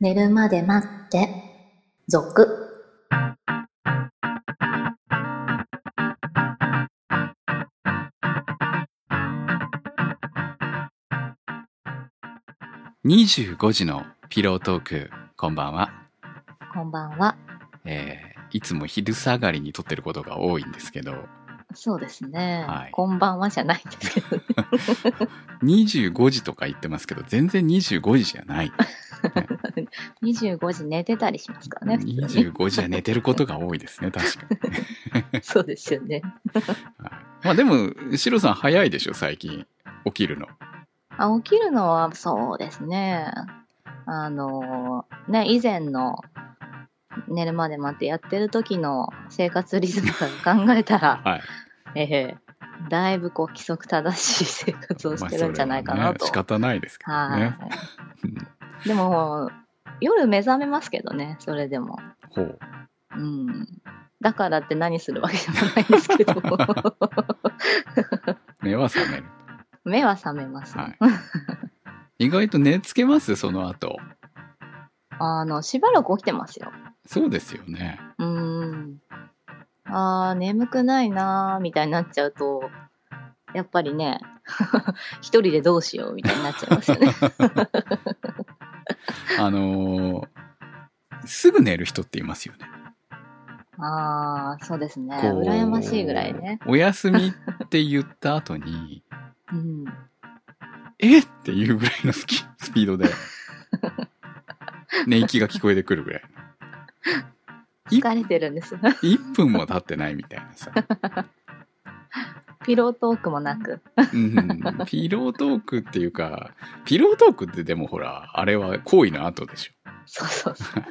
寝るまで待って、続。 25時のピロートーク、こんばんは。こんばんは。えーいつも昼下がりに撮ってることが多いんですけど、そうですね。はいこんばんはじゃないんですけ ど、ね、 25時とか言ってますけど、全然25時じゃない。 25時寝てたりしますからね。普通に25時は寝てることが多いですね、確かにね。 そうですよね。はいまあでも、シロさん早いでしょ、最近。起きるの。あ起きるのはそうですね。あのね、以前の寝るまで待ってやってる時の生活リズムから考えた ら、はい。えーだいぶこう規則正しい生活をましあてるんじゃないかなと。それはね仕方ないですけどね。はい。でも、夜目覚めますけどね、それでも。ほう。うん。だからって何するわけでもないんですけ ど。目は覚める。目は覚めます。はい。意外と寝つけますその後。あの、しばらく起きてますよ。そうですよね。うーん。あー、眠くないなー、みたいになっちゃうと、やっぱりね、 一人でどうしよう、みたいになっちゃいますよね。 あのーすぐ寝る人っていますよね。あー、そうですね。こう羨ましいぐらいね。。お休みって言った後に、 うん。えっていうぐらいのスキスピードで、寝息が聞こえてくるぐらい。い疲れてるん ですよ。 1分も経ってないみたいなさ。ピロートークもなく。うん、ピロートークっていうか、ピロートークってでもほら、あれは行為の後でしそうそうそう。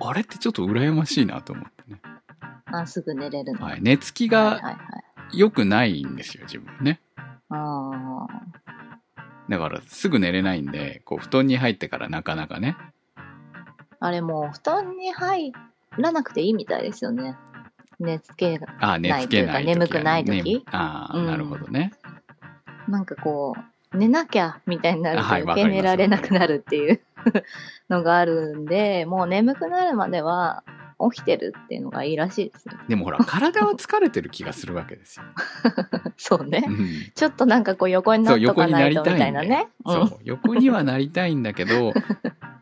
ょ。あれってちょっと羨ましいなと思ってね。あーすぐ寝れるの。はい。寝つはいきがはいはい。良くないんですよ、自分ね。あーだからすぐ寝れないんで、こう、布団に入ってからなかなかね。あれもう布団に入らなくていいみたいですよね。寝つけが。あ、寝つけない時はね、ないというか眠くない時ねああ、うんなるほどね。なんかこう、寝なきゃみたいになるとあはい余計寝られなくわなるっていう のがあるんで、もう眠くなるまでは起きてるっていうのがいいらしいですよ。 でもほら、体は疲れてる気がするわけですよ。そうね。うんちょっとなんかこう横になっとかないとみたいなね。うそう、横にはなりたいんだけど、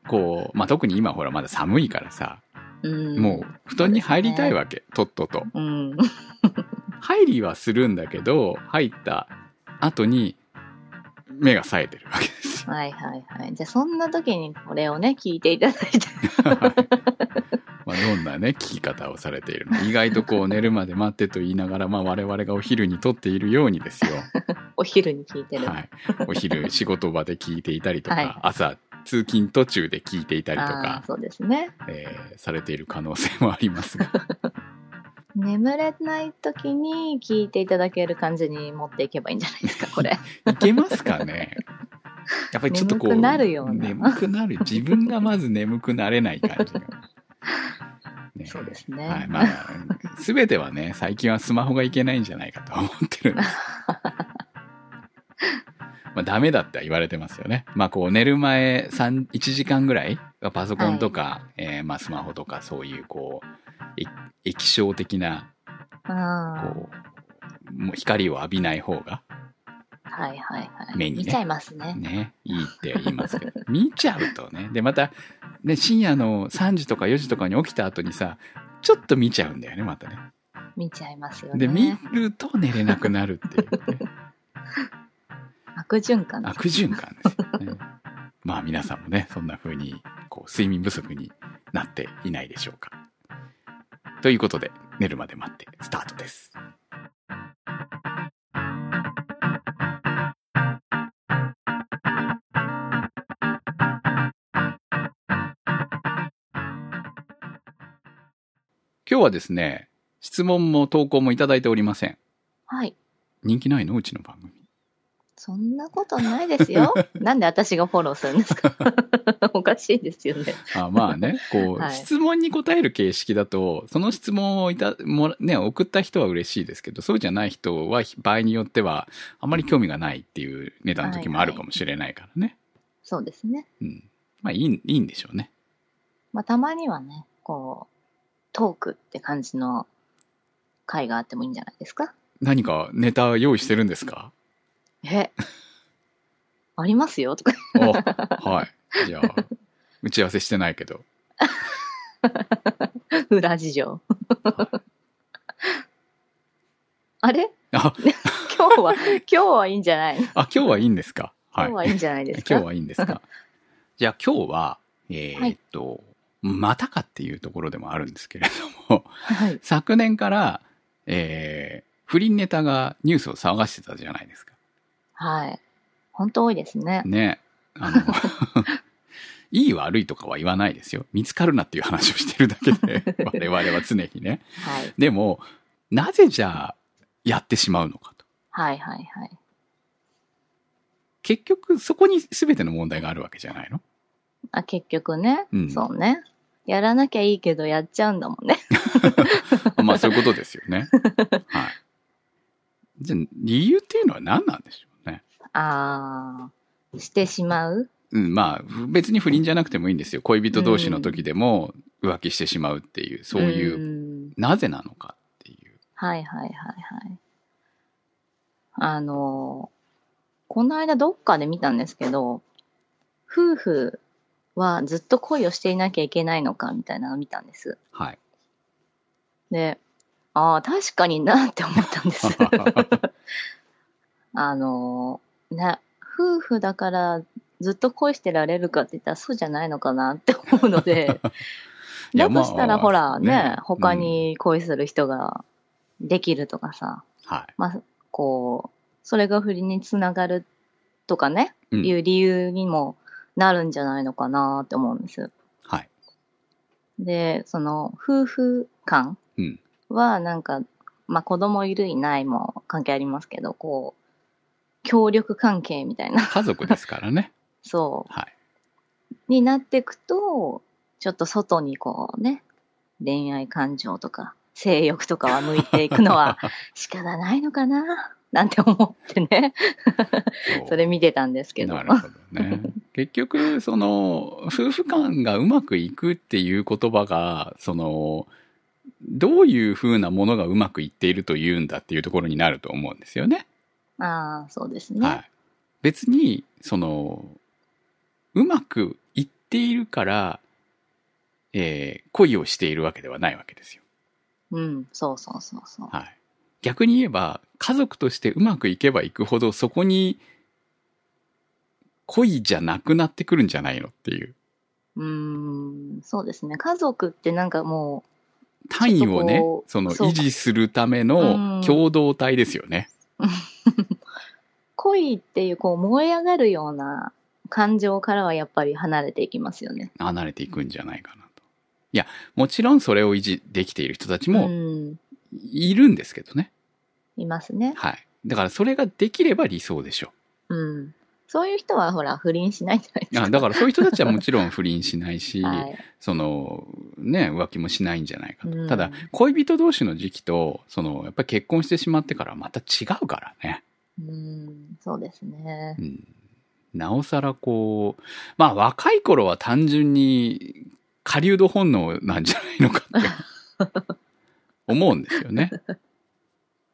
こう、まあ、特に今ほら、まだ寒いからさ、んうんもう、布団に入りたいわけ、とっとと。うん。 入りはするんだけど、入った後に、目が冴えてるわけですよ。はいはいはい。じゃあそんな時にこれをね、聞いていただいて。 まあどんなね、聞き方をされているの意外とこう、寝るまで待ってと言いながら、まあ、我々がお昼にとっているようにですよ。お昼に聞いてる。はい、お昼仕事場で聞いていたりとか、はい朝通勤途中で聞いていたりとあかー、そうですね。えーされている可能性もありますが 眠れない時に聞いていただける感じに持っていけばいいんじゃないですか、 これ。いけますかねやっぱりちょっとこう眠くなるような眠くなる自分がまず眠くなれない 感じが、ねそうですね。はい、まあ全てはね最近はスマホがいけないんじゃないかと思ってるんですまあダメだっては言われてますよね。まあこう寝る前3 1時間ぐらいはパソコンとか、えーまあスマホとかそういうこう液液晶的なあこうもう光を浴びない方があ、はいはいはい。目にね見ちゃいますね。ねいいって言いますけど見ちゃうとねでまた、ね、深夜の3時とか4時とかに起きた後にさちょっと見ちゃうんだよねまたね。見ちゃいますよね。で、見ると寝れなくなるっていう、 ね、悪循環です悪循環ですよね。まあ皆さんもね、そんな風に、こう、睡眠不足になっていないでしょうか。ということで、寝るまで待って、スタートです。今日はですね、質問も投稿もいただいておりません。はい。人気ないのうちの番組。そんなことないです よ。なんで私がフォローするんですか おかしいですよね。あまあね、こう、 はい質問に答える形式だと、その質問をいたもらね、送った人は嬉しいですけど、そうじゃない人は場合によっては、あまり興味がないっていう値段の時もあるかもしれないからね。そうですね。うん。まあ、いい、いいんでしょうね。まあ、たまにはね、こう、トークって感じの回があってもいいんじゃないですか何かネタ用意してるんです かえありますよとか。おはい。じゃあ、打ち合わせしてないけど。裏事情。 あれあ、 今日は、今日はいいんじゃないのあ、今日はいいんですかは今日はい。いいんじゃないですか、今日はいいんです かじゃあ今日は、えーっと、またかっていうところでもあるんですけれども、はい。昨年から、えー不倫ネタがニュースを騒がしてたじゃないですか。はい。本当多いですね。ね。あの、いい悪いとかは言わないですよ。見つかるなっていう話をしてるだけで、我々は常にね。はい。でも、なぜじゃあやってしまうのかと。はいはいはい。結局、そこに全ての問題があるわけじゃないのあ、結局ね、うんそうね。やらなきゃいいけどやっちゃうんだもんね。まあそういうことですよね。はい。じゃあ理由っていうのは何なんでしょうね。あー、してしまううん、まあ別に不倫じゃなくてもいいんですよ。恋人同士の時でも浮気してしまうっていう、そういう、うんなぜなのかっていう。はいはいはいはい。あの、この間どっかで見たんですけど、夫婦はずっと恋をしていなきゃいけないのかみたいなのを見たんです。はい。で、ああ、確かになって思ったんです。 あの、ね、夫婦だからずっと恋してられるかって言ったらそうじゃないのかなって思うので、 いやだまあとしたらほらね、ね他に恋する人ができるとかさ、 はい。まあ、こう、それが不倫につながるとかね、うんいう理由にもなるんじゃないのかなって思うんです。はい。で、その、夫婦間うんは、なんか、まあ、子供いるいないも関係ありますけど、こう、協力関係みたいな、 家族ですからね。そ はい。う、になっていくと、ちょっと外にこうね、恋愛感情とか、性欲とかは向いていくの は仕方ないのかな、なんて思ってね、そうそれ見てたんですけど。なるほど ね。結局、その、夫婦間がうまくいくっていう言葉が、その、どういうふうなものがうまくいっていると言うんだっていうところになると思うんですよね。ああ、そうですね。はい。別に、その、うまくいっているから、えー恋をしているわけではないわけですよ。うん、そうそうそうそう。はい。逆に言えば、家族としてうまくいけばいくほど、そこに、恋じゃなくなってくるんじゃないのっていう。うーん、そうですね。家族ってなんかも単位をちょっねとこ、うそのそう維持するためのうん共同体ですよね。う、恋っていうこう燃え上がるような感情からはやっぱり離れていきますよね。離れていくんじゃないかなと。いや、もちろんそれを維持できている人たちもん、いるんですけどね。いますね。はい。だからそれができれば理想でしょ。うん。そういう人はほら、不倫しないじゃないうですか。あだからそういう人たちはもちろん不倫しないし、 はい。その、ね、浮気もしないんじゃないかと。うんただ、恋人同士の時期と、その、やっぱり結婚してしまってからはまた違うからね。うん、そうですねう。んなおさらこう、まあ若い頃は単純に狩人本能なんじゃないのかって思うんですよね。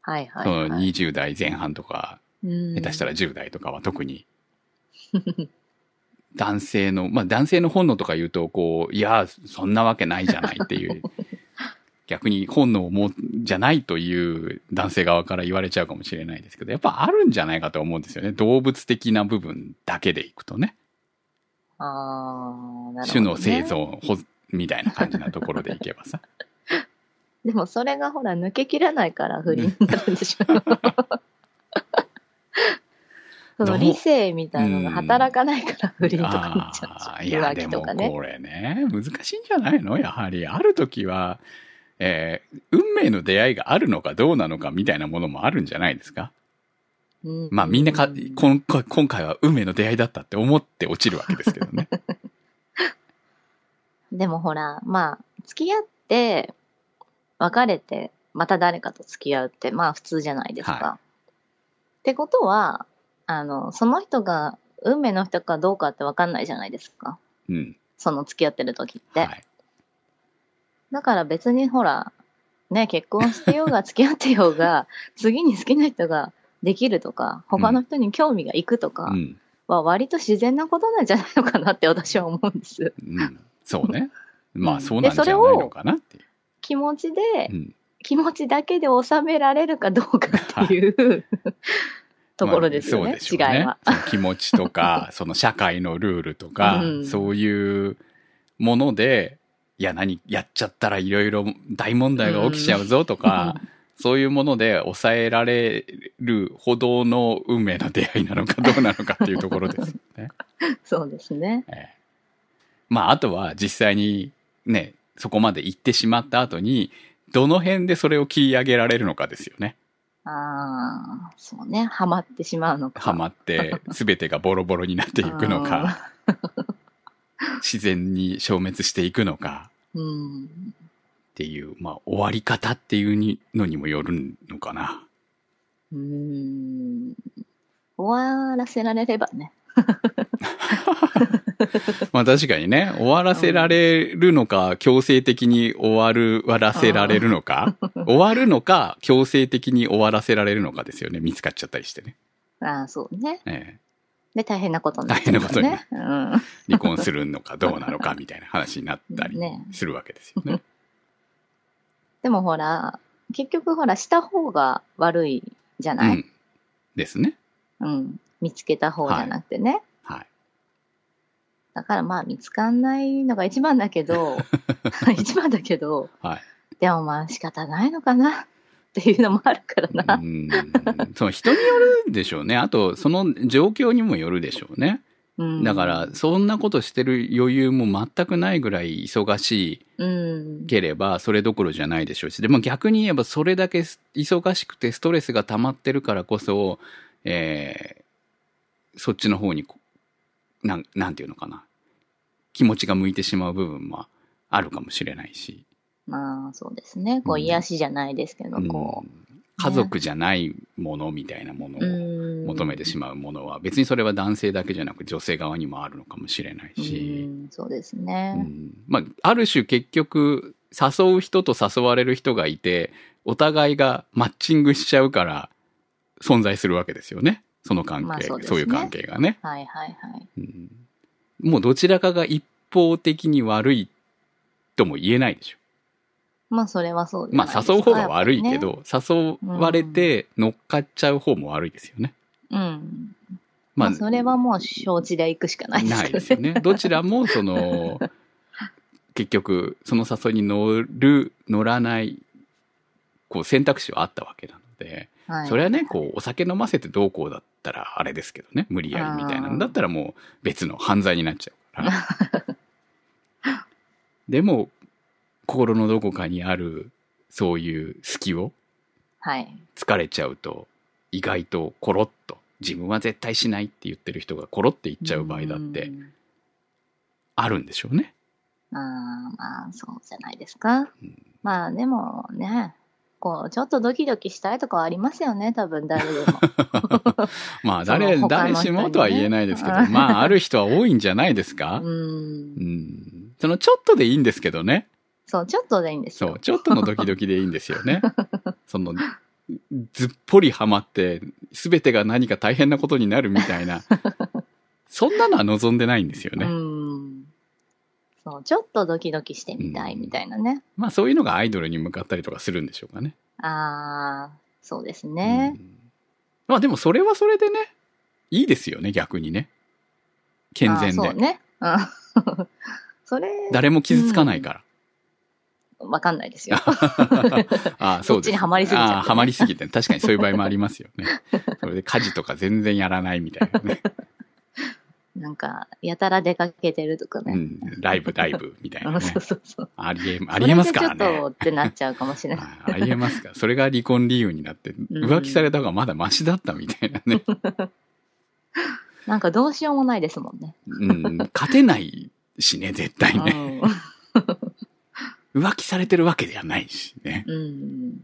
はい はそい、のはい。 20代前半とか、うん下手したら10代とかは特に。 男性の、まあ男性の本能とか言うと、こう、いや、そんなわけないじゃないっ ていう。逆に本能も、じゃないという男性側から言われちゃうかもしれないですけど、やっぱあるんじゃないかと思うんですよね。動物的な部分だけでいくとね。あーなるほどね種の生存ほみたいな感じなところでいけばさでもそれがほら抜けきらないから不倫になるんでし ょ。そどうの理性みたいなのが働かないから不倫とかになっちゃあうーしいや浮で気もとかね。これね難しいんじゃないのやはりある時は、えー運命の出会いがあるのかどうなのかみたいなものもあるんじゃないですかうまあみんなかうこんこ今回は運命の出会いだったって思って落ちるわけですけど ねでもほら、まあ、付き合って、別れて、また誰かと付き合うって、まあ普通じゃないですか。はってことは、あの、その人が運命の人かどうかって分かんないじゃないですか。うん。その付き合ってる時って。はい。だから別にほら、ね、結婚してようが付き合ってよう が、次に好きな人ができるとか、他の人に興味がいくとかうん。は割と自然なことなんじゃないのかなって私は思うんです。 うん。そうね。まうあ、んそうなんじゃないのかなっていう。気持ちで、うん。気持ちだけで収められるかどうかって いう、ところですよね、まあ違いは。。そうでしょうその気持ち とか、その社会のルールとか、うんそういうもので、いや、何、やっちゃったらいろいろ大問題が起きちゃうぞとか、そういうもので抑えられるほどの運命の出会いな のかどうなのかっていうところですよね。 そうですね。ええまあ、あとは実際にね、そこまで行ってしまった後に、どの辺でそれを切り上げられるのかですよね。ああ、そうね。ハマってしまうのか。ハ マって、すべてがボロボロになっていくのか、自然に消滅していくのかうん。っていう、まあ、終わり方っていうにのにもよるのかな。うん。終わらせられればね。まあ、確かにね、終わらせられるのか、強制的に終わる、終わらせられるのか、終わるのか、強制的に終わらせられるのかですよね。見つかっちゃったりしてね。ああ、そうね。ええで、大変なことになっちゃうからね。うん。離婚するのかどうなのかみたいな話になったりねするわけです よね。でもほら、結局ほら、した方が悪いじゃうない、ん。ですね。うん、見つけた方じゃなくてね。はい。だからまあ、見つかんないのが一番だけ ど、一番だけど、 はい。でもまあ仕方ないのかなっていうのもあるからうな。ーん。そう、人によるでしょうね。あと、その状況にもよるでしょうね。うん、だから、、そんなことしてる余裕も全くないぐらい忙しうんい。ければ、それどころじゃないでしょうし。でも逆に言えば、それだけ忙しくてストレスが溜まってるからこそ、えー、そっちの方にこ、なん、なんていうのかな。気持ちが向いてしまう部分もあるかもしれないし。まあそうですね。こう、うん癒しじゃないですけど、こうん家族じゃないものみたいなものう。をうん。求めてしまうものは、別にそれは男性だけじゃなく女性側にもあるのかもしれないし、うん、そうですうね。んまあ、ある種結局誘う人と誘われる人がいてお互いがマッチングしちゃうから存在するわけですよねその関係、まあそそううですねいう関係がね、はいはいはい。うんもうどちらかが一方的に悪いとも言えないでしょまあそれはそうじゃまないあですか誘う方が悪いけ。やっぱど、誘われて乗っかっちゃう方も悪いですよね。りねうん。ままあ、あ、それはもう承知で行くしかないですないけどですよね。ね。 どちらも その、結局、その誘いに乗る、乗らない、こう選択肢はあったわけなので、 はい、それはね、こう、お酒飲ませてどうこうだったらあれですけどね、無理やりみたいなあんーだったらもう別の犯罪になっちゃうから。 でも、心のどこかにある、そういう隙を、はい。疲れちゃうと意外とコロッと自分は絶対しないって言ってる人がコロっていっちゃう場合だってうんあるんでしょうね。 あーまあ、そうじゃないですか。うんまあ、でもね、こう、ちょっとドキドキしたいとかはありますよね、多分誰で も。まあ誰その他誰のし人にねもとは言えないで すけど、うんまあある人は多いんじゃないですか。う。うんん、そのちょっとでいいんですけどね。そう、ちょっとでいいんですそよう。ちょっとのドキドキでいいんですよ ね。そのずっぽりハマって全てが何か大変なことになるみた いなそんなのは望んでないんですよね。うん。そう、ちょっとドキドキしてみたいみたいなね。まあそういうのがアイドルに向かったりとかするんでしょうかね。ああ、そうですねう。んまあでもそれはそれでね、いいですよね、逆にね。健全あーで。そうね。うん。 それ、誰も傷つかないから。わかんないですよ。 ああ、そうそっです。ちにはまりすぎちゃってねああはまりすぎて。確かにそういう場合もありますよね。 それで家事とか全然やらないみたい なね。なんか、やたら出かけてるとかうね。ん。ライブ、ライブみたいなあね そう。そうそう。ありえ、ありえますからそれでちょねっ。とってなっちゃうかもしれない。あありえますから。それが離婚理由になって、ん浮気された方がまだマシだったみたいな ね。なんかどうしようもないですもんね。うん。勝てないしね、絶対 ね。浮気されてるわけではないしね。うん。うん。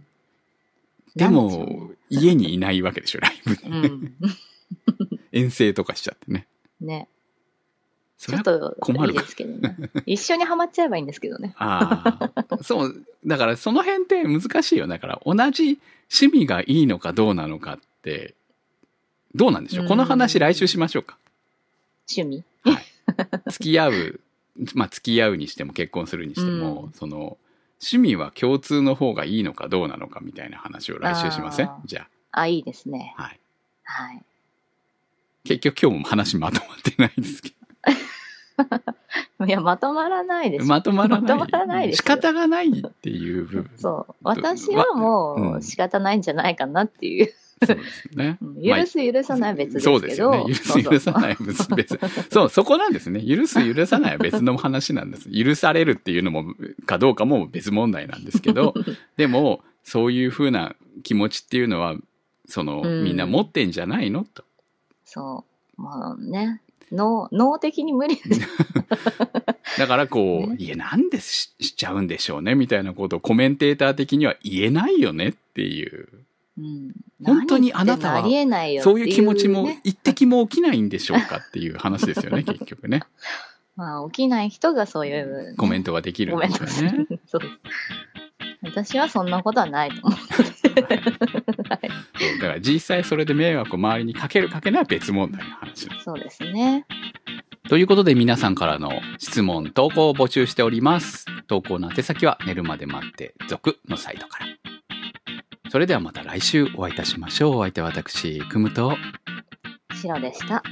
でなんでしょも、家にいないわけでしょ、ライブうね、うん。遠征とかしちゃってね。ね。 そちれょはっと困いるいですけどね。 一緒にハマっちゃえばいいんですけどね。ああ。そう。だからその辺って難しいよ。だから同じ趣味がいいのかどうなのかって、どうなんでしょう。この話来週しましょうか。趣味付き合う、まあ付き合うにしても結婚するにしても、うその、趣味は共通の方がいいのかどうなのかみたいな話を来週しませんあーじゃあ、いいですね。あ。はい。はい。結局今日も話まとまってないですけいや、まとまらないでど。すよ。 まとまらない。まとまら ないですよ仕方がないっていう部分。そう。私はもうんう仕方ないんじゃないかなっていう。そうですね。うんまあ許す許さないは別ですそうでけすよど。ね。許す許さい。ないは別別。そう、そこなんですね。許す許さないは別の話なんです。許されるっていうのも、かどうかも別問題なんです けど、でも、そういうふうな気持ちっていうのは、その、うんみんな持ってんじゃないのと。そう。まあね。脳、脳的に無理です。だからこう、ねいや、なんでししちゃうんでしょうね、みたいなことをコメンテーター的には言えないよねっていう。うん。本当にあなたは何言ってもありえないよってそいうういねう気持ちも一滴も起きないんでしょうかっていう話ですよね、結局ね。まあ、起きない人がそういう、コメントができるごんめでんすなよさいね。。 そう私はそんなことはないと思う。そうだから実際それで迷惑を周りにかけるかけないは別問題の話だそうですね。ということで皆さんからの質問、投稿を募集しております。投稿の宛先は寝るまで待って続のサイトから。それではまた来週お会いいたしましょう。お相手は私、くむと。白でした。